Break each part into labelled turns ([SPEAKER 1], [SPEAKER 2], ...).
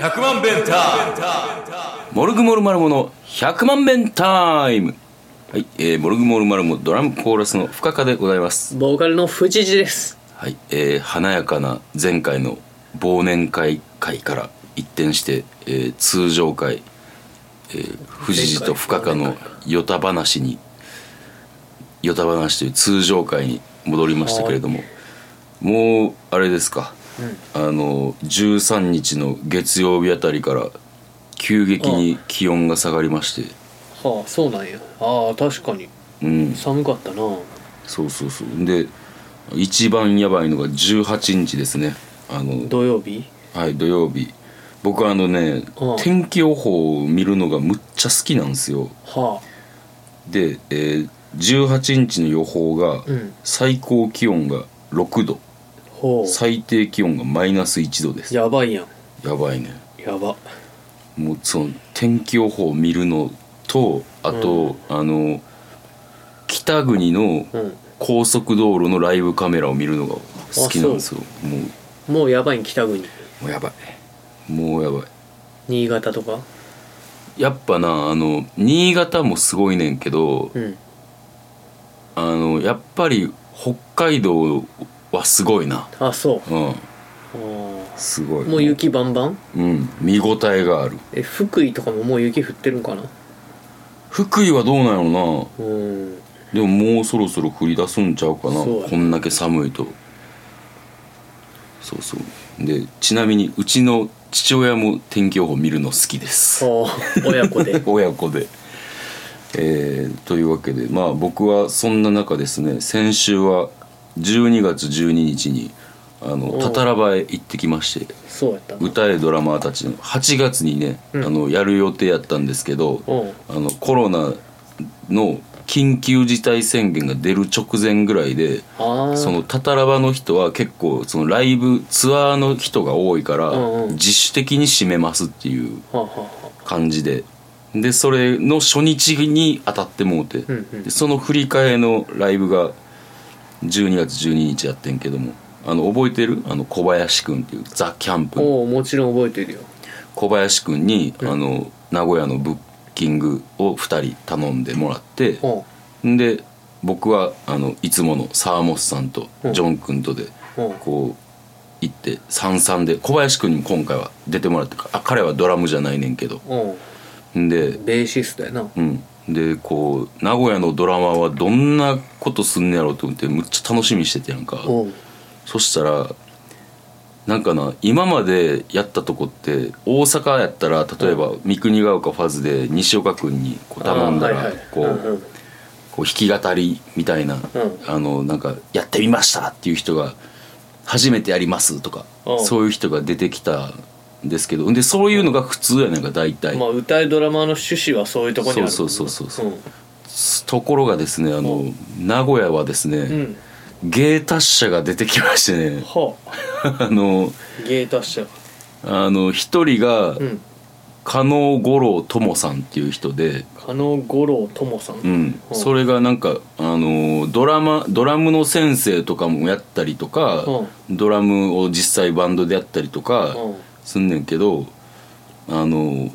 [SPEAKER 1] 100万弁タイムモルグモルマルモの100万弁タイムはい、えー、モルグモルマルモドラムコーラスの深川でございます
[SPEAKER 2] ボーカルの藤次です。
[SPEAKER 1] はい、えー、華やかな前回の忘年会会から一転して、えー、通常会、えー、藤次と深川のヨタ話にヨタ話という通常会に戻りましたけれどももうあれですか、あの13日の月曜日あたりから急激に気温が下がりまして
[SPEAKER 2] はあ、そうなんや。ああ、確かに。
[SPEAKER 1] うん
[SPEAKER 2] 寒かったな。
[SPEAKER 1] そうそうそうで一番やばいのが18日ですねあの
[SPEAKER 2] 土曜日
[SPEAKER 1] はい土曜日僕はあのね
[SPEAKER 2] うん
[SPEAKER 1] 天気予報を見るのがむっちゃ好きなんですよ
[SPEAKER 2] は
[SPEAKER 1] で、えー18日の予報が
[SPEAKER 2] あ。うん。
[SPEAKER 1] 最高気温が6度
[SPEAKER 2] ほう。
[SPEAKER 1] 最低気温がマイナス1度ですや
[SPEAKER 2] やばいやん。
[SPEAKER 1] ばいね
[SPEAKER 2] やば。
[SPEAKER 1] もうその天気予報を見るのとあと、あの北国の
[SPEAKER 2] うん。
[SPEAKER 1] 高速道路のライブカメラを見るのが好きなんですよもう
[SPEAKER 2] もうやばいん、北国。
[SPEAKER 1] もうやばいもうやばい
[SPEAKER 2] 新潟とか。
[SPEAKER 1] やっぱなあの新潟もすごいねんけど
[SPEAKER 2] うん。
[SPEAKER 1] あのやっぱり北海道はすごいな
[SPEAKER 2] あ、そう。
[SPEAKER 1] うん
[SPEAKER 2] あー
[SPEAKER 1] すごい
[SPEAKER 2] もう雪バンバン
[SPEAKER 1] うん見応えがある
[SPEAKER 2] え、福井とかももう雪降ってるんかな
[SPEAKER 1] 福井はどうなの
[SPEAKER 2] うーん。
[SPEAKER 1] なでももうそろそろ降り出すんちゃうかな
[SPEAKER 2] そうや
[SPEAKER 1] こんだけ寒いとそうそうでちなみにうちの父親も天気予報見るの好きです
[SPEAKER 2] はあ、親子 で。
[SPEAKER 1] 親子で、えーというわけでまあ僕はそんな中ですね先週は12月12日にあの
[SPEAKER 2] おう
[SPEAKER 1] タタラバへ行ってきまして
[SPEAKER 2] そうやったな。
[SPEAKER 1] 歌えドラマーたちの8月にね、
[SPEAKER 2] うん
[SPEAKER 1] あのやる予定やったんですけど、
[SPEAKER 2] うん。
[SPEAKER 1] あのコロナの緊急事態宣言が出る直前ぐらいで。
[SPEAKER 2] ああ。
[SPEAKER 1] そのタタラバの人は結構そのライブツアーの人が多いから
[SPEAKER 2] うんうん
[SPEAKER 1] 自主的に締めますっていう
[SPEAKER 2] はあ、はあはあ、
[SPEAKER 1] 感じででそれの初日に当たってもうて、
[SPEAKER 2] うんうん
[SPEAKER 1] で。その振り替えのライブが12月12日やってんけどもあの覚えてるあの小林くんっていうザ・キャンプ
[SPEAKER 2] おお、もちろん覚えてるよ。
[SPEAKER 1] 小林くんに、あの名古屋のブッキングを2人頼んでもらって
[SPEAKER 2] お
[SPEAKER 1] で僕はあのいつものサーモスさんと
[SPEAKER 2] うん
[SPEAKER 1] ジョンくんとで
[SPEAKER 2] おお
[SPEAKER 1] こう行って三々で小林くんにも今回は出てもらってあ彼はドラムじゃないねんけど
[SPEAKER 2] お
[SPEAKER 1] で
[SPEAKER 2] ベーシストやな。
[SPEAKER 1] うん、でこう名古屋のドラマーはどんなことすんねやろうと思ってむっちゃ楽しみにしててやんか
[SPEAKER 2] おう
[SPEAKER 1] そしたらなんかな今までやったとこって大阪やったら例えば三国ヶ丘ファズで西岡君にこう頼んだ
[SPEAKER 2] あー
[SPEAKER 1] ら
[SPEAKER 2] はいはい
[SPEAKER 1] こ
[SPEAKER 2] うんう
[SPEAKER 1] うんこう弾き語りみたいなあのなんかやってみましたっていう人が初めてやりますとか
[SPEAKER 2] うん
[SPEAKER 1] そういう人が出てきたんですけどでそういうのが普通やねんか大体
[SPEAKER 2] ま。あ歌いドラマの趣旨はそういうとこにある
[SPEAKER 1] そうそうそうそう
[SPEAKER 2] う
[SPEAKER 1] ところがですねあの、名古屋はですね、
[SPEAKER 2] ん、うん、
[SPEAKER 1] 芸達者が出てきましてね
[SPEAKER 2] は
[SPEAKER 1] あの
[SPEAKER 2] あ芸達者
[SPEAKER 1] あの一人が
[SPEAKER 2] うん
[SPEAKER 1] 加納五郎友さんっていう人で、
[SPEAKER 2] 加納五郎友さん、
[SPEAKER 1] うん、
[SPEAKER 2] ほう
[SPEAKER 1] それがなんかあのドラマドラムの先生とかもやったりとか、
[SPEAKER 2] ほ
[SPEAKER 1] ドラムを実際バンドでやったりとか
[SPEAKER 2] うん
[SPEAKER 1] すんねんけどあの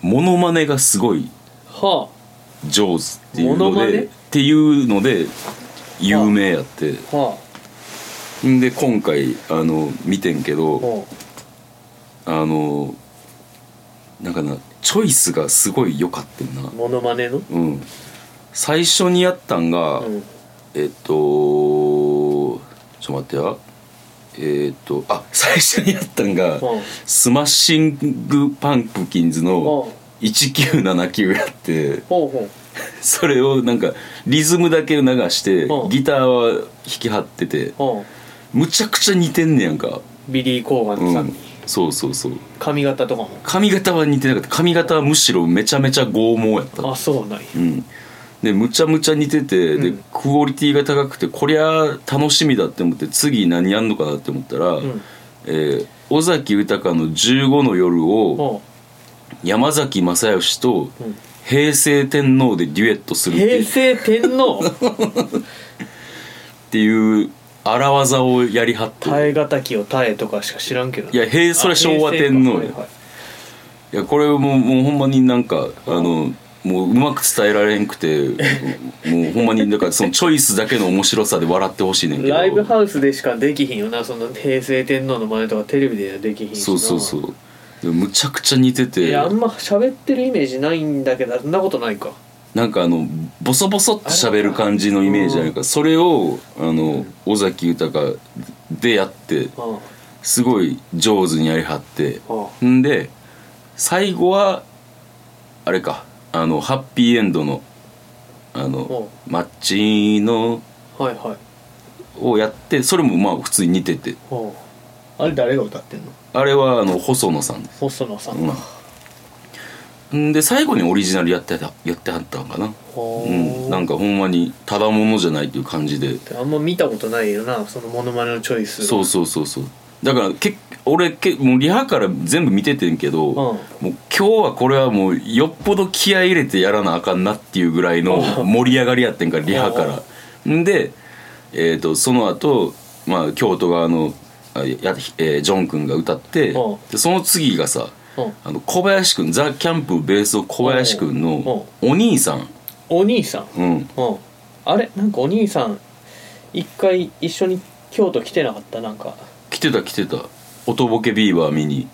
[SPEAKER 1] モノマネがすごい
[SPEAKER 2] は
[SPEAKER 1] 上手っていうの
[SPEAKER 2] モノマネ
[SPEAKER 1] でっていうので有名やって。
[SPEAKER 2] あは
[SPEAKER 1] んで今回あの見てんけ
[SPEAKER 2] あ
[SPEAKER 1] ど
[SPEAKER 2] ほ
[SPEAKER 1] あのなんかなチョイスがすごい良かったよな
[SPEAKER 2] うモノマネの
[SPEAKER 1] うん最初にやったんが、
[SPEAKER 2] うん
[SPEAKER 1] えっとちょっと待ってやえっとあ最初にやったんが、
[SPEAKER 2] うん
[SPEAKER 1] スマッシングパンプキンズ
[SPEAKER 2] ほ
[SPEAKER 1] の
[SPEAKER 2] う
[SPEAKER 1] 1979やって
[SPEAKER 2] ほうほ
[SPEAKER 1] それをなんかリズムだけ流して
[SPEAKER 2] うん
[SPEAKER 1] ギターは弾き張ってて
[SPEAKER 2] うほ
[SPEAKER 1] むちゃくちゃ似てんねやんか
[SPEAKER 2] うビリー・コーガン
[SPEAKER 1] う
[SPEAKER 2] さ
[SPEAKER 1] ん
[SPEAKER 2] んに、
[SPEAKER 1] そうそうそう
[SPEAKER 2] 髪型とか
[SPEAKER 1] 髪型は似てなかった髪型はむしろめちゃめちゃ剛毛やった
[SPEAKER 2] もあそうなんや
[SPEAKER 1] うんでむちゃむちゃ似てて、
[SPEAKER 2] う
[SPEAKER 1] で
[SPEAKER 2] ん
[SPEAKER 1] クオリティが高くてこりゃ楽しみだって思って次何やんのかなって思ったら、
[SPEAKER 2] ん
[SPEAKER 1] えー尾崎豊の「15の夜」を
[SPEAKER 2] ほ
[SPEAKER 1] 山崎正義と
[SPEAKER 2] う、うん、
[SPEAKER 1] 平成天皇でデュエットするって
[SPEAKER 2] 平成天皇
[SPEAKER 1] っていう荒技をやりはって
[SPEAKER 2] 耐え難きを耐えとかしか知らんけど
[SPEAKER 1] いやへいそれは昭和天皇や
[SPEAKER 2] あ平成かはい
[SPEAKER 1] いやこれももうほんまになんかあのもううまく伝えられんくて もうほんまにだからそのチョイスだけの面白さで笑ってほしいねん
[SPEAKER 2] は
[SPEAKER 1] け
[SPEAKER 2] い
[SPEAKER 1] ど
[SPEAKER 2] ライブハウスでしかできひんよなその平成天皇の真似とかテレビではできひんしな
[SPEAKER 1] そうそうそうでもむちゃくちゃ似てて
[SPEAKER 2] いやあんま喋ってるイメージないんだけどそんなことないか
[SPEAKER 1] なんかあのボソボソって喋る感じのイメージあるからそれをあの尾崎豊でやって
[SPEAKER 2] うんうん
[SPEAKER 1] すごい上手にやりはってんで最後はあれかあのハッピーエンドのあの「マッチの
[SPEAKER 2] はいはい」
[SPEAKER 1] をやってそれもまあ普通に似てて
[SPEAKER 2] うんあれ誰が歌ってんの
[SPEAKER 1] あれはあの細野さんです、
[SPEAKER 2] 細野さんが
[SPEAKER 1] うん、んで最後にオリジナルやってたやってはったんかな、
[SPEAKER 2] ほ
[SPEAKER 1] う、
[SPEAKER 2] うん
[SPEAKER 1] なんかほんまにただものじゃないっていう感じで
[SPEAKER 2] あんま見たことないよなそのモノマネのチョイス
[SPEAKER 1] そうそうそうそうだからけ俺けもうリハから全部見ててんけど、
[SPEAKER 2] ん
[SPEAKER 1] もう今日はこれはもうよっぽど気合い入れてやらなあかんなっていうぐらいの盛り上がりやってんからリハから。んで、えー、とその後、まあ京都側のあや、えージョン君が歌って
[SPEAKER 2] うん
[SPEAKER 1] でその次がさ
[SPEAKER 2] うん
[SPEAKER 1] あの小林君ザ・キャンプベースの小林君のお兄さん、
[SPEAKER 2] お兄さん
[SPEAKER 1] うん、
[SPEAKER 2] うんあれなんかお兄さん一回一緒に京都来てなかったなんか
[SPEAKER 1] 来てた来てた音ボケビーバー見に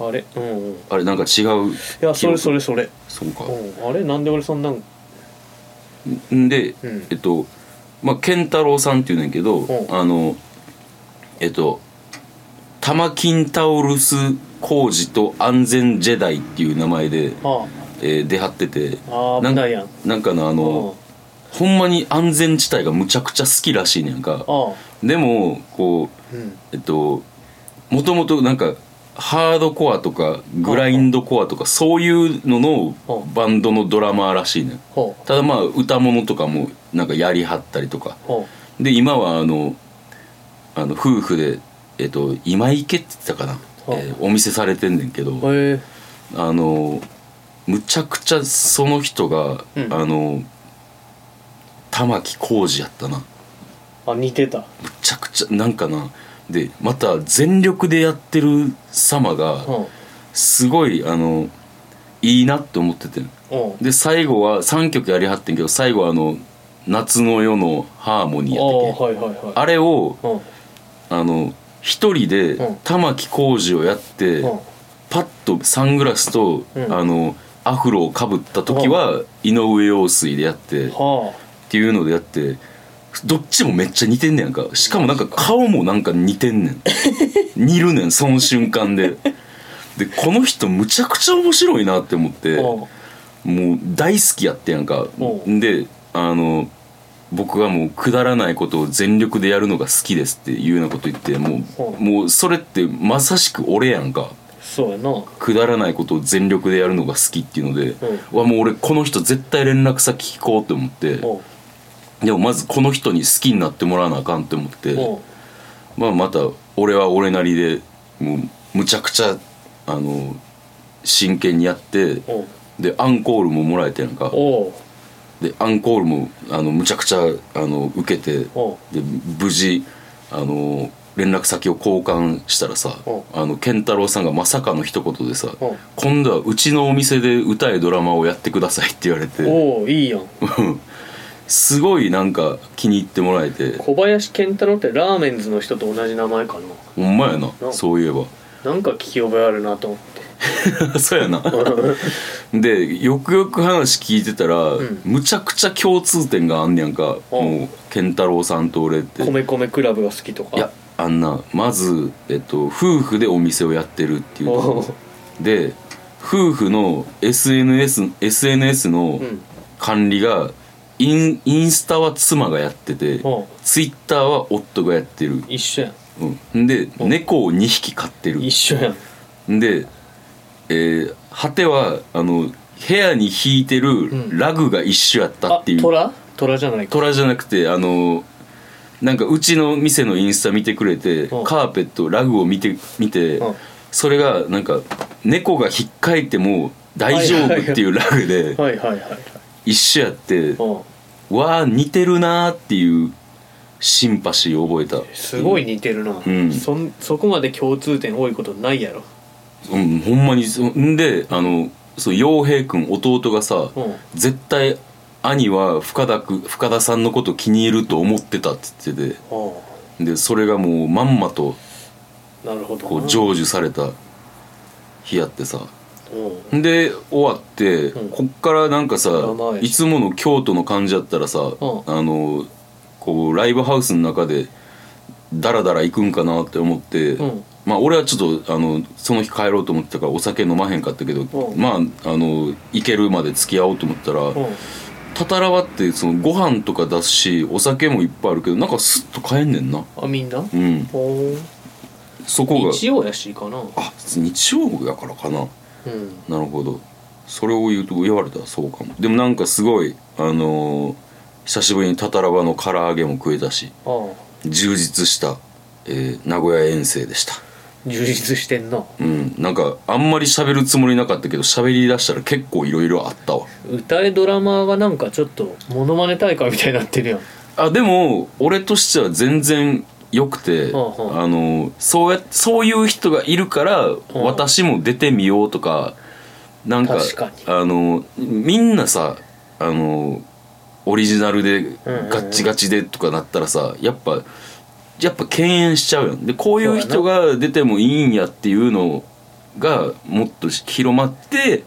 [SPEAKER 2] あれうんうんい
[SPEAKER 1] あれなんか違う
[SPEAKER 2] やそれそれそれ
[SPEAKER 1] そうか。
[SPEAKER 2] うんあれなんで俺そんなん
[SPEAKER 1] んで、
[SPEAKER 2] うん
[SPEAKER 1] えっとまあ健太郎さんっていうねんけど、
[SPEAKER 2] うん
[SPEAKER 1] あのえっと玉金タオルス工事と安全ジェダイっていう名前で、
[SPEAKER 2] あ
[SPEAKER 1] えー出張ってて
[SPEAKER 2] ああ
[SPEAKER 1] な
[SPEAKER 2] 危
[SPEAKER 1] ん
[SPEAKER 2] ないやん
[SPEAKER 1] なんかのあ
[SPEAKER 2] うん
[SPEAKER 1] の、ほんまに安全地帯がむちゃくちゃ好きらしいねんか
[SPEAKER 2] あ
[SPEAKER 1] でもこう
[SPEAKER 2] うん
[SPEAKER 1] えっともともとなんかハードコアとかグラインドコアとかそういうのの
[SPEAKER 2] うん
[SPEAKER 1] バンドのドラマーらしいねん
[SPEAKER 2] ほ
[SPEAKER 1] ただまあ歌物とかもなんかやりはったりとか
[SPEAKER 2] うほ
[SPEAKER 1] で今はあのあの夫婦で、えっと今池って言ってたかな、
[SPEAKER 2] はい
[SPEAKER 1] えーお店されてんねんけど
[SPEAKER 2] うへえ
[SPEAKER 1] あのむちゃくちゃその人が、
[SPEAKER 2] うん
[SPEAKER 1] あの玉置浩二やったな
[SPEAKER 2] あ似てた
[SPEAKER 1] むちゃくちゃなんかなでまた全力でやってる様
[SPEAKER 2] うん
[SPEAKER 1] が
[SPEAKER 2] うん
[SPEAKER 1] すごいあのいいなって思っててんで最後は3曲やりはってんけど最後はあの「夏の夜のハーモニー」
[SPEAKER 2] ああ
[SPEAKER 1] やったっ
[SPEAKER 2] はいはいはい
[SPEAKER 1] けあれを
[SPEAKER 2] うん
[SPEAKER 1] あの一人
[SPEAKER 2] う
[SPEAKER 1] で
[SPEAKER 2] ん
[SPEAKER 1] 玉置浩二をやって、
[SPEAKER 2] うん
[SPEAKER 1] パッとサングラスと、
[SPEAKER 2] うん
[SPEAKER 1] あのアフロをかぶった時は井上陽水でやってっ
[SPEAKER 2] は
[SPEAKER 1] ていうのでやってどっちもめっちゃ似てんねやんかしかもなんか顔もなんか似てんねん似るねんその瞬間で。でこの人むちゃくちゃ面白いなって思って。
[SPEAKER 2] あうん
[SPEAKER 1] もう大好きやってやんか
[SPEAKER 2] う
[SPEAKER 1] であの僕はもうくだらないことを全力でやるのが好きですっていうようなこと言っても
[SPEAKER 2] う
[SPEAKER 1] うもうそれってまさしく俺やんか
[SPEAKER 2] そうやなうん
[SPEAKER 1] くだらないことを全力でやるのが好きっていうので、うわもう俺この人絶対連絡先聞こうと思って
[SPEAKER 2] うん
[SPEAKER 1] でもまずこの人に好きになってもらわなあかんって思って
[SPEAKER 2] うん
[SPEAKER 1] まあ、また俺は俺なりでもうむちゃくちゃあの真剣にやって
[SPEAKER 2] うん
[SPEAKER 1] でアンコールももらえてやんか
[SPEAKER 2] おう
[SPEAKER 1] でアンコールもあのむちゃくちゃあの受けてで
[SPEAKER 2] おう
[SPEAKER 1] 無事あの連絡先を交換したらさ
[SPEAKER 2] お
[SPEAKER 1] あの健太郎さんがまさかの一言でさ
[SPEAKER 2] おう
[SPEAKER 1] 「今度はうちのお店で歌えドラマをやってください」って言われて
[SPEAKER 2] おういいやん
[SPEAKER 1] すごいなんか気に入ってもらえて
[SPEAKER 2] 小林健太郎ってラーメンズの人と同じ名前かな
[SPEAKER 1] ほんまや
[SPEAKER 2] うん
[SPEAKER 1] なそういえば
[SPEAKER 2] なんか聞き覚えあるなと思って
[SPEAKER 1] そうやなでよくよく話聞いてたら
[SPEAKER 2] ん
[SPEAKER 1] むちゃくちゃ共通点があんねやんか
[SPEAKER 2] お
[SPEAKER 1] もう健太郎さんと俺って
[SPEAKER 2] 米米クラブが好きとか
[SPEAKER 1] いやあんなまず、えっと、夫婦でお店をやってるっていうと
[SPEAKER 2] お
[SPEAKER 1] こ
[SPEAKER 2] う
[SPEAKER 1] ろで夫婦の SNS, SNS の
[SPEAKER 2] うん
[SPEAKER 1] 管理がインインスタは妻がやってて
[SPEAKER 2] おう
[SPEAKER 1] ツイッターは夫がやってる、
[SPEAKER 2] 一緒やん
[SPEAKER 1] うん、で猫を2匹飼ってる
[SPEAKER 2] 一緒やん
[SPEAKER 1] で、えー果てはあの部屋に引いてるラグが一緒やった
[SPEAKER 2] あ
[SPEAKER 1] っていう、
[SPEAKER 2] 虎虎じゃないか
[SPEAKER 1] 虎じゃなくてあのなんかうちの店のインスタ見てくれて、
[SPEAKER 2] うん
[SPEAKER 1] カーペットラグを見て見て、
[SPEAKER 2] うん
[SPEAKER 1] それがなんか猫が引っかいても大丈夫っていうラグで
[SPEAKER 2] はいはいはいはい
[SPEAKER 1] 一緒やって、
[SPEAKER 2] うん
[SPEAKER 1] わあ似てるなーっていうシンパシーを覚えた
[SPEAKER 2] すごい似てるな、
[SPEAKER 1] うん
[SPEAKER 2] そんそこまで共通点多いことないやろ
[SPEAKER 1] うん、ほんまにそんであのそう陽平君弟がさ、
[SPEAKER 2] うん
[SPEAKER 1] 絶対兄は深田く深田さんのこと気に入ると思ってたっつってて
[SPEAKER 2] あ
[SPEAKER 1] でそれがもうまんまと
[SPEAKER 2] あなるほどな
[SPEAKER 1] こう成就された日やってさ
[SPEAKER 2] うん
[SPEAKER 1] で終わって、
[SPEAKER 2] うん
[SPEAKER 1] こっからなんかさ
[SPEAKER 2] 名前
[SPEAKER 1] いつもの京都の感じやったらさ、あのこうライブハウスの中でダラダラ行くんかなって思って、
[SPEAKER 2] うん
[SPEAKER 1] まあ俺はちょっとあのその日帰ろうと思ってたからお酒飲まへんかったけど、
[SPEAKER 2] うん
[SPEAKER 1] まああの行けるまで付き合おうと思ったら、
[SPEAKER 2] うん
[SPEAKER 1] たたらわってそのご飯とか出すしお酒もいっぱいあるけどなんかスッと帰んねんな
[SPEAKER 2] あみんな
[SPEAKER 1] うん
[SPEAKER 2] お
[SPEAKER 1] そこが
[SPEAKER 2] 日曜やしかな
[SPEAKER 1] あ日曜だからかな
[SPEAKER 2] うん
[SPEAKER 1] なるほどそれを言うと言われたらそうかもでもなんかすごいあのー久しぶりにたたらばの唐揚げも食えたし
[SPEAKER 2] ああ
[SPEAKER 1] 充実した、えー名古屋遠征でした
[SPEAKER 2] 充実してんな
[SPEAKER 1] うんなんかあんまり喋るつもりなかったけど喋りだしたら結構いろいろあったわ
[SPEAKER 2] 歌いドラマがなんかちょっとモノマネ大会みたいになってるやん
[SPEAKER 1] あでも俺としては全然良くて、
[SPEAKER 2] はあは
[SPEAKER 1] あのそうやそういう人がいるから
[SPEAKER 2] あ
[SPEAKER 1] 私も出てみようとかなんか
[SPEAKER 2] 確かに
[SPEAKER 1] あのみんなさあのオリジナルで
[SPEAKER 2] うんうん
[SPEAKER 1] ガッチガチでとかなったらさやっぱやっぱ敬遠しちゃうやんでこういう人が出てもいいんやっていうのがもっと広まって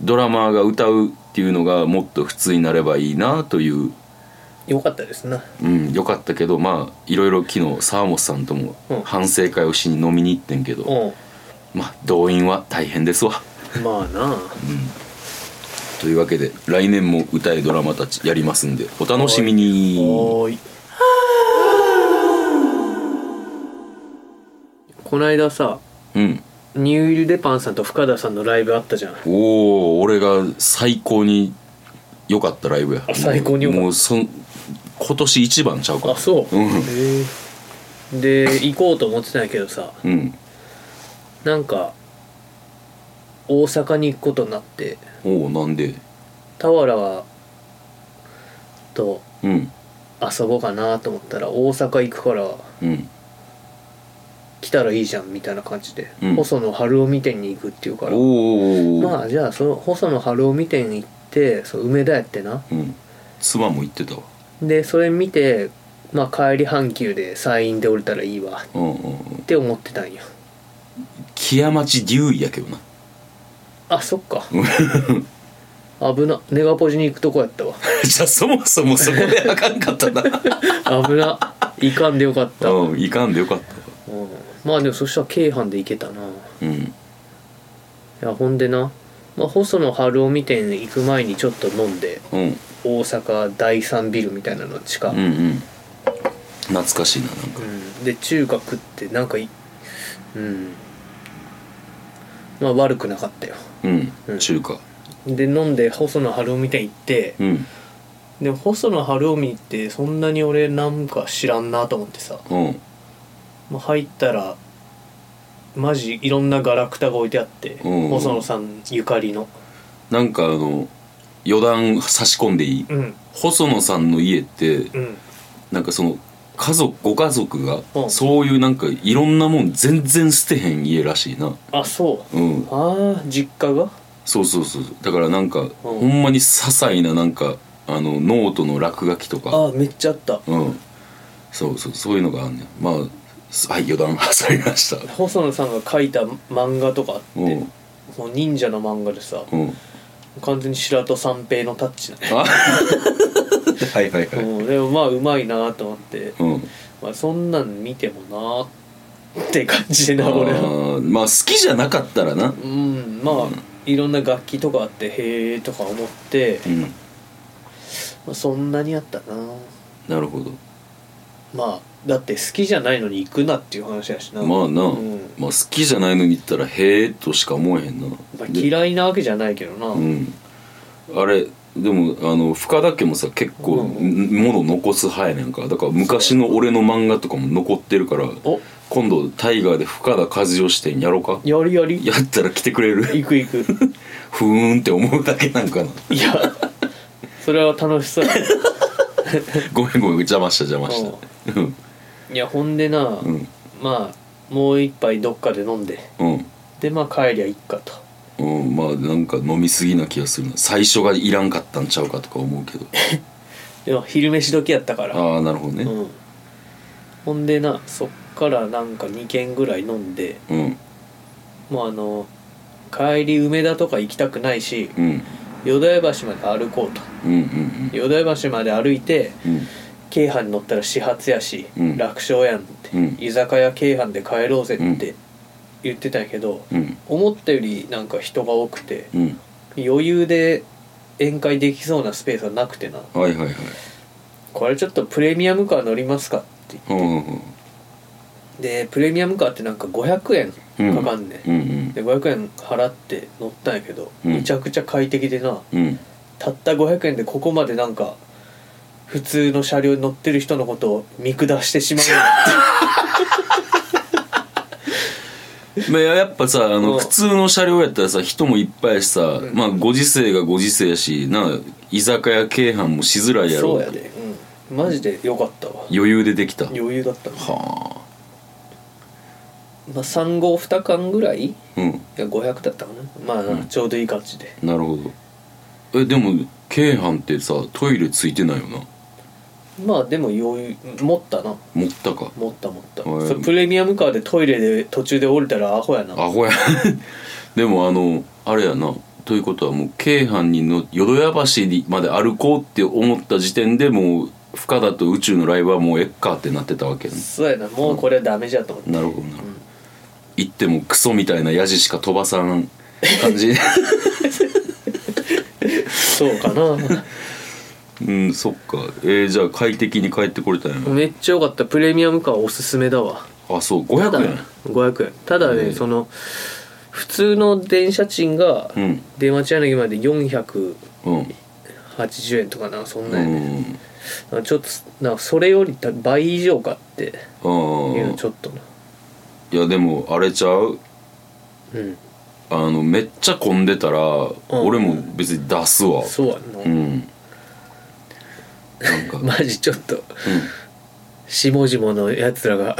[SPEAKER 1] ドラマーが歌うっていうのがもっと普通になればいいなという
[SPEAKER 2] よかったですな
[SPEAKER 1] うん、よかったけどまあいろいろ昨日沢本さんとも
[SPEAKER 2] うん
[SPEAKER 1] 反省会をしに飲みに行ってんけど、
[SPEAKER 2] うん
[SPEAKER 1] まあ動員は大変ですわ
[SPEAKER 2] まあな
[SPEAKER 1] というわけで来年も歌いドラマたちやりますんでお楽しみに
[SPEAKER 2] おーいこないださ
[SPEAKER 1] うん
[SPEAKER 2] ニューイル・デパンさんと深田さんのライブあったじゃん
[SPEAKER 1] おお俺が最高に良かったライブや
[SPEAKER 2] あ最高に良かった
[SPEAKER 1] もうそん今年一番ちゃうか
[SPEAKER 2] あそう、
[SPEAKER 1] うん
[SPEAKER 2] へえで行こうと思ってたんやけどさ
[SPEAKER 1] うん
[SPEAKER 2] なんか大阪に行くことになって
[SPEAKER 1] おおなんで
[SPEAKER 2] 俵はと
[SPEAKER 1] うん
[SPEAKER 2] 遊ぼうかなと思ったら大阪行くから
[SPEAKER 1] うん
[SPEAKER 2] 来たらいいじゃんみたいな感じで、
[SPEAKER 1] うん
[SPEAKER 2] 細野晴臣店に行くっていうから
[SPEAKER 1] おお、
[SPEAKER 2] まあじゃあその細野晴臣店行ってそう梅田やってな
[SPEAKER 1] うん妻も言ってたわ
[SPEAKER 2] でそれ見て、まあ、帰り阪急で山陰で降りたらいいわ
[SPEAKER 1] うんうんうん
[SPEAKER 2] って思ってたんよ
[SPEAKER 1] 木屋町竜医やけどな
[SPEAKER 2] あそっか危なネガポジに行くとこやったわ
[SPEAKER 1] じゃあそもそもそこであかんかったな
[SPEAKER 2] 危 な行かんでよかった、うん
[SPEAKER 1] うんいかんでよかった
[SPEAKER 2] まあでもそしたら京阪で行けたない
[SPEAKER 1] うん
[SPEAKER 2] やほんでな、まあ、細野晴臣店行く前にちょっと飲んで
[SPEAKER 1] うん
[SPEAKER 2] 大阪第三ビルみたいなの地下、
[SPEAKER 1] うんうん懐かしいななんか
[SPEAKER 2] うんで中華食ってなんかいうんまあ悪くなかったよ
[SPEAKER 1] うん、
[SPEAKER 2] うん
[SPEAKER 1] 中華
[SPEAKER 2] で飲んで細野晴臣店行って
[SPEAKER 1] うん
[SPEAKER 2] でも細野晴臣ってそんなに俺なんか知らんなと思ってさ、
[SPEAKER 1] うん
[SPEAKER 2] まあ、入ったらマジいろんなガラクタが置いてあって、
[SPEAKER 1] うん
[SPEAKER 2] 細野さんゆかりの
[SPEAKER 1] なんかあの余談差し込んでいい、
[SPEAKER 2] うん
[SPEAKER 1] 細野さんの家って
[SPEAKER 2] うん
[SPEAKER 1] なんかその家族ご家族が、
[SPEAKER 2] うん
[SPEAKER 1] そういうなんかいろんなもん全然捨てへん家らしいな
[SPEAKER 2] あそう
[SPEAKER 1] うん
[SPEAKER 2] ああ実家が
[SPEAKER 1] そうそうそうそうだからなんか、ほんまに些細ななんかあのノートの落書きとか
[SPEAKER 2] ああめっちゃあった
[SPEAKER 1] うん、そうそうそういうのがあんねんまあすはい余談 挟みました
[SPEAKER 2] 細野さんが描いた漫画とかあっ
[SPEAKER 1] う
[SPEAKER 2] て
[SPEAKER 1] ん
[SPEAKER 2] その忍者の漫画でさ
[SPEAKER 1] うん
[SPEAKER 2] 完全に白戸三平のタッチだね
[SPEAKER 1] あ はいはいはい
[SPEAKER 2] うんでもまあうまいなと思って、
[SPEAKER 1] うん
[SPEAKER 2] まあ、そんなん見てもなって感じで
[SPEAKER 1] あ
[SPEAKER 2] な俺は
[SPEAKER 1] ーまあ好きじゃなかったらな
[SPEAKER 2] うんまあ、いろんな楽器とかあってへえとか思って
[SPEAKER 1] う、ん
[SPEAKER 2] まあ、そんなにあったな
[SPEAKER 1] なるほど
[SPEAKER 2] まあだって好きじゃないのに行くなっていう話やしな
[SPEAKER 1] まあな、
[SPEAKER 2] うん
[SPEAKER 1] まあ、好きじゃないのに言ったらへえとしか思えへんな、
[SPEAKER 2] まあ
[SPEAKER 1] で
[SPEAKER 2] 嫌いなわけじゃないけどな、
[SPEAKER 1] うんあれでもあの深田家もさ結構、
[SPEAKER 2] うんう
[SPEAKER 1] 物残す派やねんかだから昔の俺の漫画とかも残ってるから
[SPEAKER 2] お
[SPEAKER 1] 今度タイガーで深田和義してやろうか
[SPEAKER 2] やりやり
[SPEAKER 1] やったら来てくれる
[SPEAKER 2] 行く行く
[SPEAKER 1] ふーんって思うだけなんか ない
[SPEAKER 2] やそれは楽しそうや
[SPEAKER 1] ごめんごめん邪魔した邪魔した
[SPEAKER 2] う
[SPEAKER 1] うん
[SPEAKER 2] いやほんでな、
[SPEAKER 1] うん
[SPEAKER 2] まあもう一杯どっかで飲んで
[SPEAKER 1] うん
[SPEAKER 2] でまあ帰りゃいっかと
[SPEAKER 1] うん、まあなんか飲みすぎな気がするな最初がいらんかったんちゃうかとか思う けど
[SPEAKER 2] でも昼飯時やったから
[SPEAKER 1] ああなるほど
[SPEAKER 2] う
[SPEAKER 1] ね
[SPEAKER 2] んほんでなそっからなんか2軒ぐらい飲んで
[SPEAKER 1] うん
[SPEAKER 2] もうあの帰り梅田とか行きたくないし
[SPEAKER 1] うん
[SPEAKER 2] 淀屋橋まで歩こうと
[SPEAKER 1] うんうん
[SPEAKER 2] 淀屋橋まで歩いて
[SPEAKER 1] うん
[SPEAKER 2] 京阪に乗ったら始発やし、
[SPEAKER 1] うん
[SPEAKER 2] 楽勝やんって、
[SPEAKER 1] うん
[SPEAKER 2] 居酒屋京阪で帰ろうぜ
[SPEAKER 1] う
[SPEAKER 2] っ
[SPEAKER 1] ん
[SPEAKER 2] て言ってたんやけど、
[SPEAKER 1] うん
[SPEAKER 2] 思ったよりなんか人が多くて
[SPEAKER 1] うん
[SPEAKER 2] 余裕で宴会できそうなスペースはなくてな
[SPEAKER 1] うんはいはいはい
[SPEAKER 2] これちょっとプレミアムカー乗りますかって
[SPEAKER 1] うんうん
[SPEAKER 2] でプレミアムカーってなんか500円かかんね、
[SPEAKER 1] うんん
[SPEAKER 2] で500円払って乗ったんやけど、
[SPEAKER 1] うん
[SPEAKER 2] めちゃくちゃ快適でな
[SPEAKER 1] うんうん
[SPEAKER 2] たった500円でここまでなんか普通の車両に乗ってる人のことを見下してしまう
[SPEAKER 1] まあやっぱさあ
[SPEAKER 2] う
[SPEAKER 1] の
[SPEAKER 2] ん
[SPEAKER 1] 普通の車両やったらさ人もいっぱいしさ
[SPEAKER 2] ん
[SPEAKER 1] まあご時世がご時世やしな居酒屋京阪もしづらい やろ
[SPEAKER 2] そうやで、うん、マジでよかったわ
[SPEAKER 1] 余裕でできた
[SPEAKER 2] 余裕だったな
[SPEAKER 1] は
[SPEAKER 2] まあ3号2缶ぐらい
[SPEAKER 1] あうん
[SPEAKER 2] いや500だったかなまあ、ちょうどいい感じで
[SPEAKER 1] なるほどえでも京阪ってさトイレついてないよな
[SPEAKER 2] まあでも余裕持ったな
[SPEAKER 1] 持ったか
[SPEAKER 2] 持った持った、
[SPEAKER 1] はい
[SPEAKER 2] それプレミアムカーでトイレで途中で降りたらアホやな
[SPEAKER 1] アホや でもあのあれやなということはもう京阪にの淀屋橋にまで歩こうって思った時点でもう深田と宇宙のライブはもうえっかってなってたわけやね
[SPEAKER 2] そうやなもうこれはダメじゃと思って、
[SPEAKER 1] なるほどなるほど、行ってもクソみたいなヤジしか飛ばさん感 じ
[SPEAKER 2] そうか な
[SPEAKER 1] うんそっかえーじゃあ快適に帰ってこれたんやな
[SPEAKER 2] めっちゃよかったプレミアムカーおすすめだわ
[SPEAKER 1] あそう
[SPEAKER 2] ただ
[SPEAKER 1] 500円
[SPEAKER 2] 500円ただね、
[SPEAKER 1] うん
[SPEAKER 2] その普通の電車賃が
[SPEAKER 1] うん
[SPEAKER 2] 出町柳まで480
[SPEAKER 1] うん
[SPEAKER 2] 円とかなそん
[SPEAKER 1] う
[SPEAKER 2] なんやね、
[SPEAKER 1] ん
[SPEAKER 2] なんかちょっとなんかそれより倍以上かって
[SPEAKER 1] うん
[SPEAKER 2] いうのちょっとない
[SPEAKER 1] やでもあれちゃう
[SPEAKER 2] うん
[SPEAKER 1] あのめっちゃ混んでたら、俺も別に出すわ
[SPEAKER 2] そうやんな、
[SPEAKER 1] うんなんか、
[SPEAKER 2] マジちょっと下々のやつらが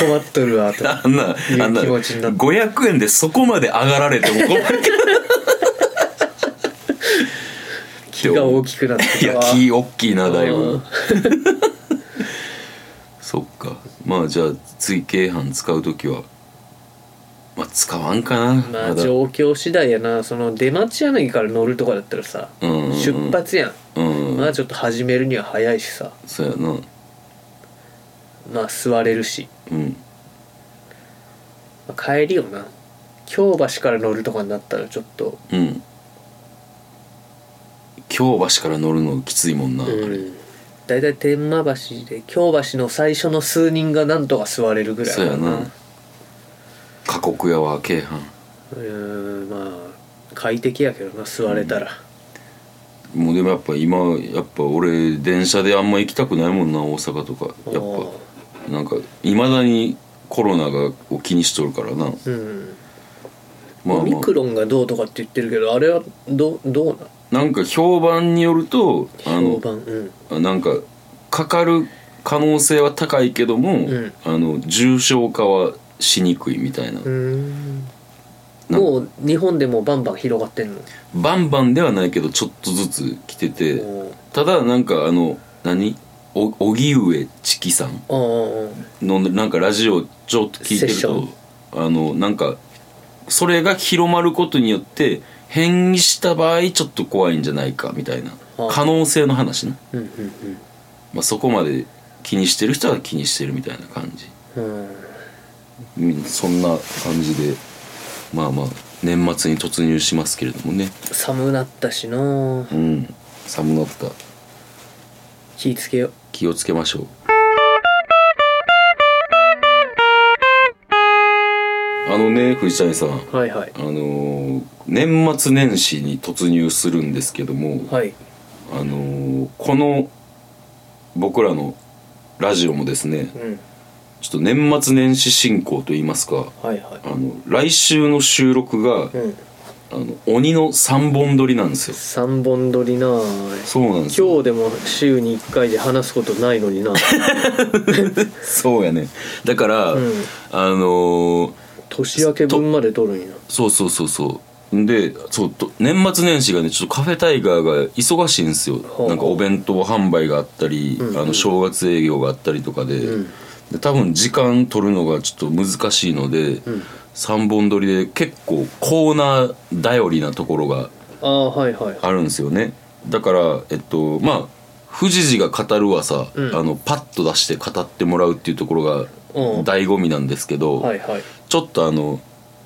[SPEAKER 2] 困っとるわと
[SPEAKER 1] あんなあんな
[SPEAKER 2] いう気持ちになって
[SPEAKER 1] 500円でそこまで上がられても困る
[SPEAKER 2] 気が大きくなって
[SPEAKER 1] い
[SPEAKER 2] きた
[SPEAKER 1] や
[SPEAKER 2] わ
[SPEAKER 1] 気大きいなだい
[SPEAKER 2] うん
[SPEAKER 1] ぶ そっかまあじゃあ追軽犯使う時はまあ使わんかな、
[SPEAKER 2] まあ
[SPEAKER 1] だ
[SPEAKER 2] 状況次第やなその出町柳から乗るとかだったらさ、
[SPEAKER 1] うんうん
[SPEAKER 2] 出発やん、
[SPEAKER 1] うん、
[SPEAKER 2] まあちょっと始めるには早いしさ
[SPEAKER 1] そうやな
[SPEAKER 2] まあ座れるし、
[SPEAKER 1] うん
[SPEAKER 2] まあ帰りよな京橋から乗るとかになったらちょっと
[SPEAKER 1] うん京橋から乗るのきついもんな、
[SPEAKER 2] うん大体天満橋で京橋の最初の数人がなんとか座れるぐらい
[SPEAKER 1] そうやな過酷やわ京阪
[SPEAKER 2] うんまあ快適やけどな座れたら、
[SPEAKER 1] もうでもやっぱ今やっぱ俺電車であんま行きたくないもんな大阪とかや
[SPEAKER 2] お
[SPEAKER 1] っぱなんかいまだにコロナがを気にしとるからな
[SPEAKER 2] うん
[SPEAKER 1] まあ
[SPEAKER 2] オミ
[SPEAKER 1] ま
[SPEAKER 2] クロンがどうとかって言ってるけどあれはどどう
[SPEAKER 1] あ
[SPEAKER 2] なん
[SPEAKER 1] なんか評判によるとあ
[SPEAKER 2] 評
[SPEAKER 1] の
[SPEAKER 2] 判うん
[SPEAKER 1] なんかかかる可能性は高いけども、
[SPEAKER 2] ん
[SPEAKER 1] あの重症化はしにくいみたいな、
[SPEAKER 2] うーん
[SPEAKER 1] なん
[SPEAKER 2] もう日本でもバンバン広がってんの
[SPEAKER 1] バンバンではないけどちょっとずつ来てて、
[SPEAKER 2] お
[SPEAKER 1] ただなんかあの何お荻上チキさん
[SPEAKER 2] ああ
[SPEAKER 1] のなんかラジオちょっと聞いてる
[SPEAKER 2] セッ
[SPEAKER 1] とあのなんかそれが広まることによって変異した場合ちょっと怖いんじゃないかみたいな
[SPEAKER 2] はあ
[SPEAKER 1] 可能性の話ね、
[SPEAKER 2] うんうん
[SPEAKER 1] まあ、そこまで気にしてる人は気にしてるみたいな感じ、
[SPEAKER 2] うんうん
[SPEAKER 1] うん、そんな感じでまあまあ年末に突入しますけれどもね
[SPEAKER 2] 寒なったしな
[SPEAKER 1] うん寒なった
[SPEAKER 2] 気ぃつけよう
[SPEAKER 1] 気をつけましょうあのね藤谷さん
[SPEAKER 2] はいはい
[SPEAKER 1] あのー年末年始に突入するんですけども、
[SPEAKER 2] はい
[SPEAKER 1] あのーこの僕らのラジオもですね
[SPEAKER 2] うん
[SPEAKER 1] ちょっと年末年始進行といいますか
[SPEAKER 2] はいは
[SPEAKER 1] あの来週の収録が
[SPEAKER 2] いうん
[SPEAKER 1] あの鬼の3本撮りなんですよ
[SPEAKER 2] 3本撮りなぁ
[SPEAKER 1] そうなんですよ
[SPEAKER 2] 今日でも週に1回で話すことないのに な
[SPEAKER 1] そうやねだから、
[SPEAKER 2] うん
[SPEAKER 1] あのー
[SPEAKER 2] 年明け分まで撮るんや
[SPEAKER 1] そうそうそうそうんでそうと年末年始がねちょっとカフェタイガーが忙しいんですよ
[SPEAKER 2] ほう
[SPEAKER 1] なんかお弁当販売があったり、
[SPEAKER 2] うんうん
[SPEAKER 1] あの正月営業があったりとかで,、
[SPEAKER 2] うん
[SPEAKER 1] で多分時間取るのがちょっと難しいので、
[SPEAKER 2] うん
[SPEAKER 1] 3本撮りで結構コーナー頼りなところが
[SPEAKER 2] ああはいはい
[SPEAKER 1] あるんですよねだからえっとまあ富士寺が語るはさ、
[SPEAKER 2] うん
[SPEAKER 1] あのパッと出して語ってもらうっていうところが
[SPEAKER 2] うん
[SPEAKER 1] 醍醐味なんですけど、
[SPEAKER 2] はいはい
[SPEAKER 1] ちょっとあの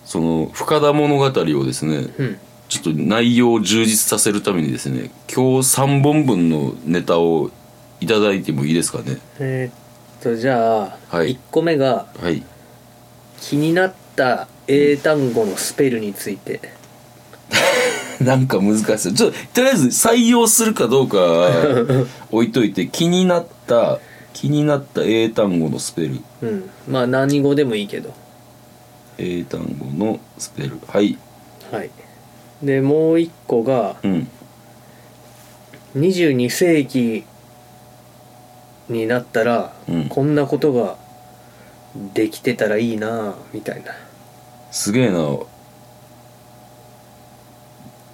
[SPEAKER 1] その深田物語をですね
[SPEAKER 2] うん
[SPEAKER 1] ちょっと内容を充実させるためにですね今日3本分のネタをいただいてもいいですかね
[SPEAKER 2] えーっとじゃあ、
[SPEAKER 1] はい
[SPEAKER 2] 1個目が
[SPEAKER 1] はい
[SPEAKER 2] 気になった英単語のスペルについて、
[SPEAKER 1] なんか難しいちょっととりあえず採用するかどうか は置いといて気になった気になった英単語のスペル
[SPEAKER 2] うん、まあ何語でもいいけど
[SPEAKER 1] 英単語のスペルはい
[SPEAKER 2] はいでもう1個が
[SPEAKER 1] うん
[SPEAKER 2] 22世紀になったら、
[SPEAKER 1] うん
[SPEAKER 2] こんなことができてたらいいなあみたいな
[SPEAKER 1] すげえな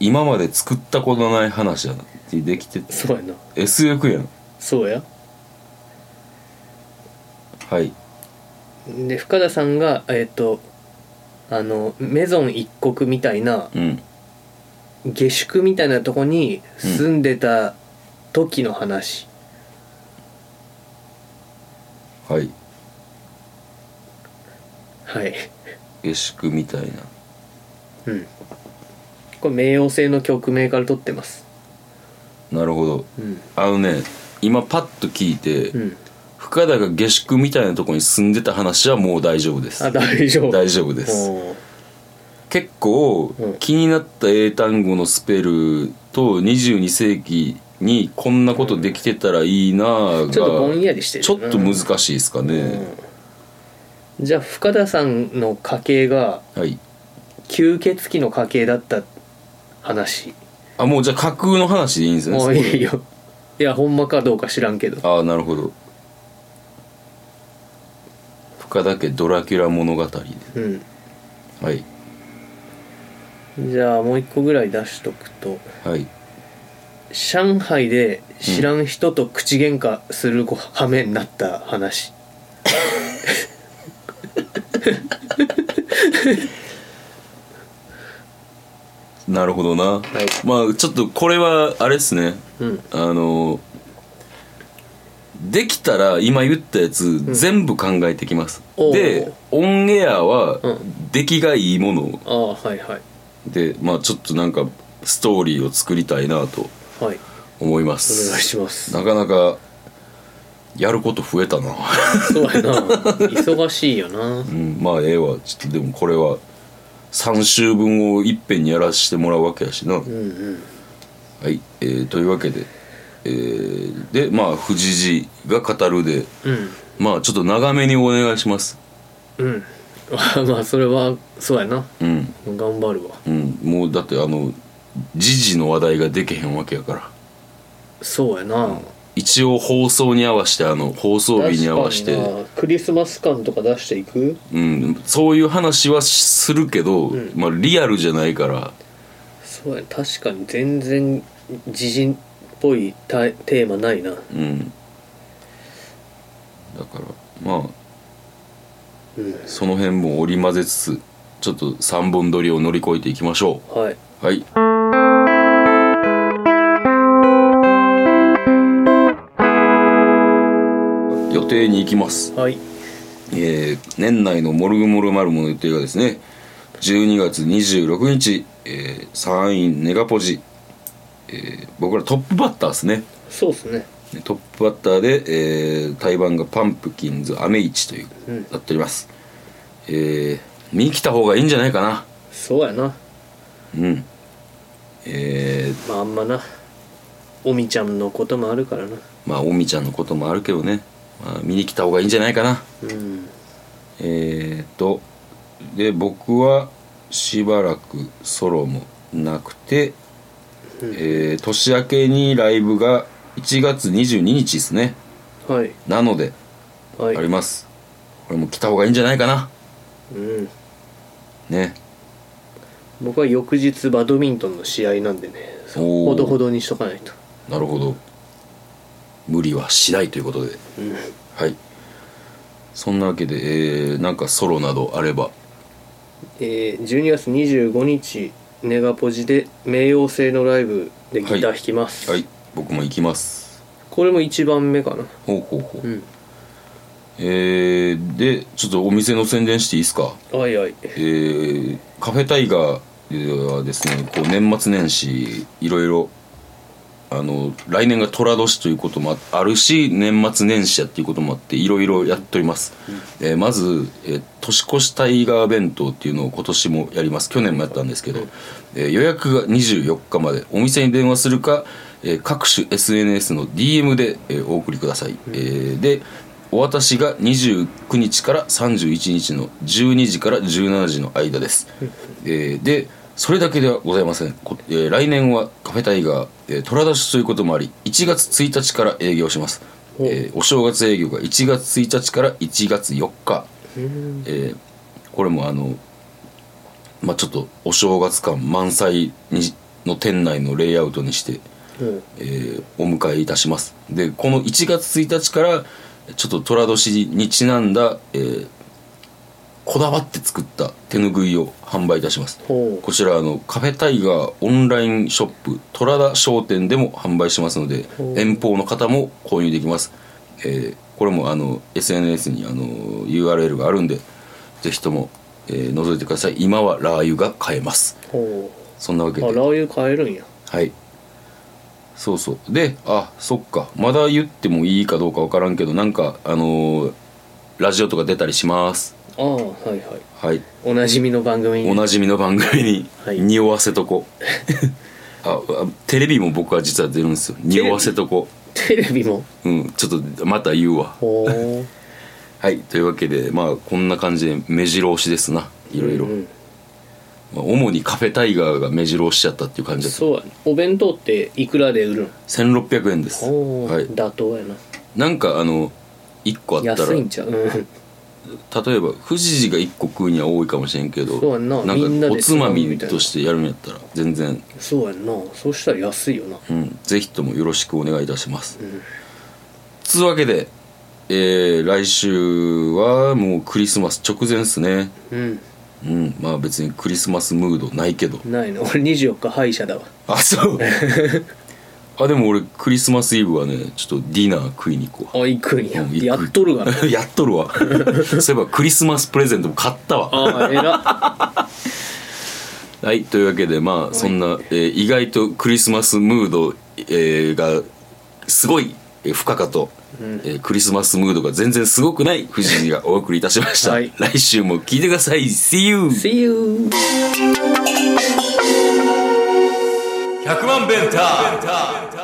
[SPEAKER 1] 今まで作ったことない話やなできて
[SPEAKER 2] そうやな
[SPEAKER 1] SF やん
[SPEAKER 2] そうや
[SPEAKER 1] はい
[SPEAKER 2] で深田さんがえーっ、とあのメゾン一国みたいな
[SPEAKER 1] うん
[SPEAKER 2] 下宿みたいなとこに住んでた時の話、
[SPEAKER 1] はい
[SPEAKER 2] はい、
[SPEAKER 1] 下宿みたいな
[SPEAKER 2] うん、これ冥王星の曲名から取ってます
[SPEAKER 1] なるほど
[SPEAKER 2] うん
[SPEAKER 1] あのね今パッと聞いて、
[SPEAKER 2] うん
[SPEAKER 1] 深田が下宿みたいなとこに住んでた話はもう大丈夫です
[SPEAKER 2] あ大丈夫
[SPEAKER 1] 大丈夫です
[SPEAKER 2] おー
[SPEAKER 1] 結構
[SPEAKER 2] うん
[SPEAKER 1] 気になった英単語のスペルと22世紀にこんなことできてたらいいなぁが
[SPEAKER 2] ちょっとぼんやりしてる
[SPEAKER 1] ちょっと難しいですかね、
[SPEAKER 2] うんじゃあ深田さんの家系が
[SPEAKER 1] はい
[SPEAKER 2] 吸血鬼の家系だった話
[SPEAKER 1] あもうじゃあ架空の話でいいんですね
[SPEAKER 2] もういいよいやほんまかどうか知らんけど
[SPEAKER 1] ああなるほど深田家ドラキュラ物語で
[SPEAKER 2] うん
[SPEAKER 1] はい
[SPEAKER 2] じゃあもう一個ぐらい出しとくと
[SPEAKER 1] はい
[SPEAKER 2] 上海で知らん人と口喧嘩するご羽目になった話、
[SPEAKER 1] なるほどな、
[SPEAKER 2] い
[SPEAKER 1] まあちょっとこれはあれですね
[SPEAKER 2] うん
[SPEAKER 1] あのできたら今言ったやつ全部考えてきます、
[SPEAKER 2] おう
[SPEAKER 1] でオンエアは
[SPEAKER 2] うん
[SPEAKER 1] 出来がいいもの
[SPEAKER 2] ああはいはい
[SPEAKER 1] でまあちょっとなんかストーリーを作りたいなと
[SPEAKER 2] はい
[SPEAKER 1] 思いま
[SPEAKER 2] お願い
[SPEAKER 1] す
[SPEAKER 2] します
[SPEAKER 1] なかなかやること増えたな
[SPEAKER 2] そうやな忙しいよな
[SPEAKER 1] うんまあええわちょっとでもこれは3週分をいっぺんにやらしてもらうわけやしな、
[SPEAKER 2] うんうん
[SPEAKER 1] はい、えーというわけで、えーでまあ藤井が語るで
[SPEAKER 2] うん
[SPEAKER 1] まあちょっと長めにお願いします
[SPEAKER 2] うん まあそれはそうやな
[SPEAKER 1] うん
[SPEAKER 2] 頑張るわ
[SPEAKER 1] うんもうだってあの時事の話題がでけへんわけやから
[SPEAKER 2] そうやな、
[SPEAKER 1] 一応放送に合わせてあの放送日に合わせ
[SPEAKER 2] 確
[SPEAKER 1] て、
[SPEAKER 2] かになクリスマス感とか出していく
[SPEAKER 1] うん、そういう話はするけど、
[SPEAKER 2] ん
[SPEAKER 1] まあリアルじゃないから
[SPEAKER 2] そうや確かに全然自陣っぽいタイテーマないな
[SPEAKER 1] うんだからまあ
[SPEAKER 2] うん
[SPEAKER 1] その辺も織り交ぜつつちょっと3本撮りを乗り越えていきましょ
[SPEAKER 2] はいう
[SPEAKER 1] はい予定に行きます、
[SPEAKER 2] はい
[SPEAKER 1] えー年内の「モルグモルマルモ」の予定がですね12月26日、えー、山陰ネガポジ、えー僕らトップバッターですね
[SPEAKER 2] そうっすね
[SPEAKER 1] トップバッターで、えー、台湾がパンプキンズアメイチという、
[SPEAKER 2] うん
[SPEAKER 1] なっておりますえー、見に来た方がいいんじゃないかな
[SPEAKER 2] そうやな
[SPEAKER 1] うんえー、
[SPEAKER 2] まああんまなおみちゃんのこともあるからな
[SPEAKER 1] まあおみちゃんのこともあるけどね、まあ、見に来た方がいいんじゃないかな
[SPEAKER 2] うん
[SPEAKER 1] えー、とで僕はしばらくソロもなくて、
[SPEAKER 2] うん
[SPEAKER 1] えー年明けにライブが1月22日ですね
[SPEAKER 2] はい
[SPEAKER 1] なのであ
[SPEAKER 2] はい
[SPEAKER 1] ります、これも来た方がいいんじゃないかな
[SPEAKER 2] うん
[SPEAKER 1] ね
[SPEAKER 2] 僕は翌日バドミントンの試合なんでね
[SPEAKER 1] おー
[SPEAKER 2] ほどほどにしとかないと
[SPEAKER 1] なるほど無理はしないということで
[SPEAKER 2] うん
[SPEAKER 1] はいそんなわけで、えーなんかソロなどあれば
[SPEAKER 2] えー12月25日ネガポジで冥王星のライブでギター弾きます、
[SPEAKER 1] はい僕も行きます
[SPEAKER 2] これも1番目かな
[SPEAKER 1] ほうほうほう、
[SPEAKER 2] うん
[SPEAKER 1] えーでちょっとお店の宣伝していいですか
[SPEAKER 2] はいはい
[SPEAKER 1] えーカフェタイガーはですねこう年末年始いろいろあの来年が寅年ということもああるし年末年始やっていうこともあっていろいろやっております、えーまず、えー年越しタイガー弁当っていうのを今年もやります去年もやったんですけど、えー予約が24日までお店に電話するか、えー各種 SNS の DM で、えーお送りください、えーでお渡しが29日から31日の12時から17時の間です、えーでそれだけではございません、こえー来年はカフェタイガー、えー、虎年ということもあり1月1日から営業しますお,、えーお正月営業が1月1日から1月4日、
[SPEAKER 2] うん
[SPEAKER 1] えーこれもあのまあちょっとお正月感満載にの店内のレイアウトにして
[SPEAKER 2] うん
[SPEAKER 1] えーお迎えいたしますでこの1月1日からちょっと寅年にちなんだ、えーこだわって作った手ぬぐいを販売いたします
[SPEAKER 2] ほう
[SPEAKER 1] こちらあのカフェタイガーオンラインショップ虎田商店でも販売しますので
[SPEAKER 2] ほう
[SPEAKER 1] 遠方の方も購入できます、えーこれもあの SNS にあの URL があるんでぜひとも、えー覗いてください今はラー油が買えます
[SPEAKER 2] ほ
[SPEAKER 1] そんなわけ
[SPEAKER 2] うあ
[SPEAKER 1] で
[SPEAKER 2] ラー油買えるんや
[SPEAKER 1] はいそうそうであそっかまだ言ってもいいかどうか分からんけどなんかあのーラジオとか出たりします
[SPEAKER 2] ああはいはい
[SPEAKER 1] はい
[SPEAKER 2] おなじみの番組
[SPEAKER 1] おなじみの番組に
[SPEAKER 2] はい
[SPEAKER 1] 匂わせと こ、ああテレビも僕は実は出るんですよ匂わせとこ
[SPEAKER 2] テレビも
[SPEAKER 1] うんちょっとまた言うわ
[SPEAKER 2] ほう
[SPEAKER 1] はいというわけでまあこんな感じで目白押しですないろいろ、
[SPEAKER 2] うん
[SPEAKER 1] まあ主にカフェタイガーが目白押しちゃったっていう感じです
[SPEAKER 2] そうやねお弁当っていくらで売るん
[SPEAKER 1] 1600円です
[SPEAKER 2] ほう、
[SPEAKER 1] はい
[SPEAKER 2] 妥当やな
[SPEAKER 1] なんかあの1個あったら
[SPEAKER 2] 安いんちゃう、うん、
[SPEAKER 1] 例えば富士寺が1個食うには多いかもしれんけど
[SPEAKER 2] そうやんなみんな
[SPEAKER 1] か
[SPEAKER 2] で
[SPEAKER 1] おつまみとしてやるんやったら全然、
[SPEAKER 2] そうやんなそうしたら安いよな
[SPEAKER 1] うん、ぜひともよろしくお願いいたします、つうわけで、えー来週はもうクリスマス直前っすね
[SPEAKER 2] うん
[SPEAKER 1] うんまあ別にクリスマスムードないけど
[SPEAKER 2] ないの俺24日歯医者だわ
[SPEAKER 1] あ そうあでも俺クリスマスイブはねちょっとディナー食いに行こ
[SPEAKER 2] あ行くん
[SPEAKER 1] う
[SPEAKER 2] や
[SPEAKER 1] うん
[SPEAKER 2] やっと るがな
[SPEAKER 1] やっとるわそういえばクリスマスプレゼントも買ったわ
[SPEAKER 2] ああ偉
[SPEAKER 1] はいというわけでまあそんな、えー意外とクリスマスムード、えーがすごいえー深かと、えークリスマスムードが全然すごくない藤井がお送りいたしました、
[SPEAKER 2] はい
[SPEAKER 1] 来週も聞いてください See you!
[SPEAKER 2] い See you
[SPEAKER 1] 100万ベンター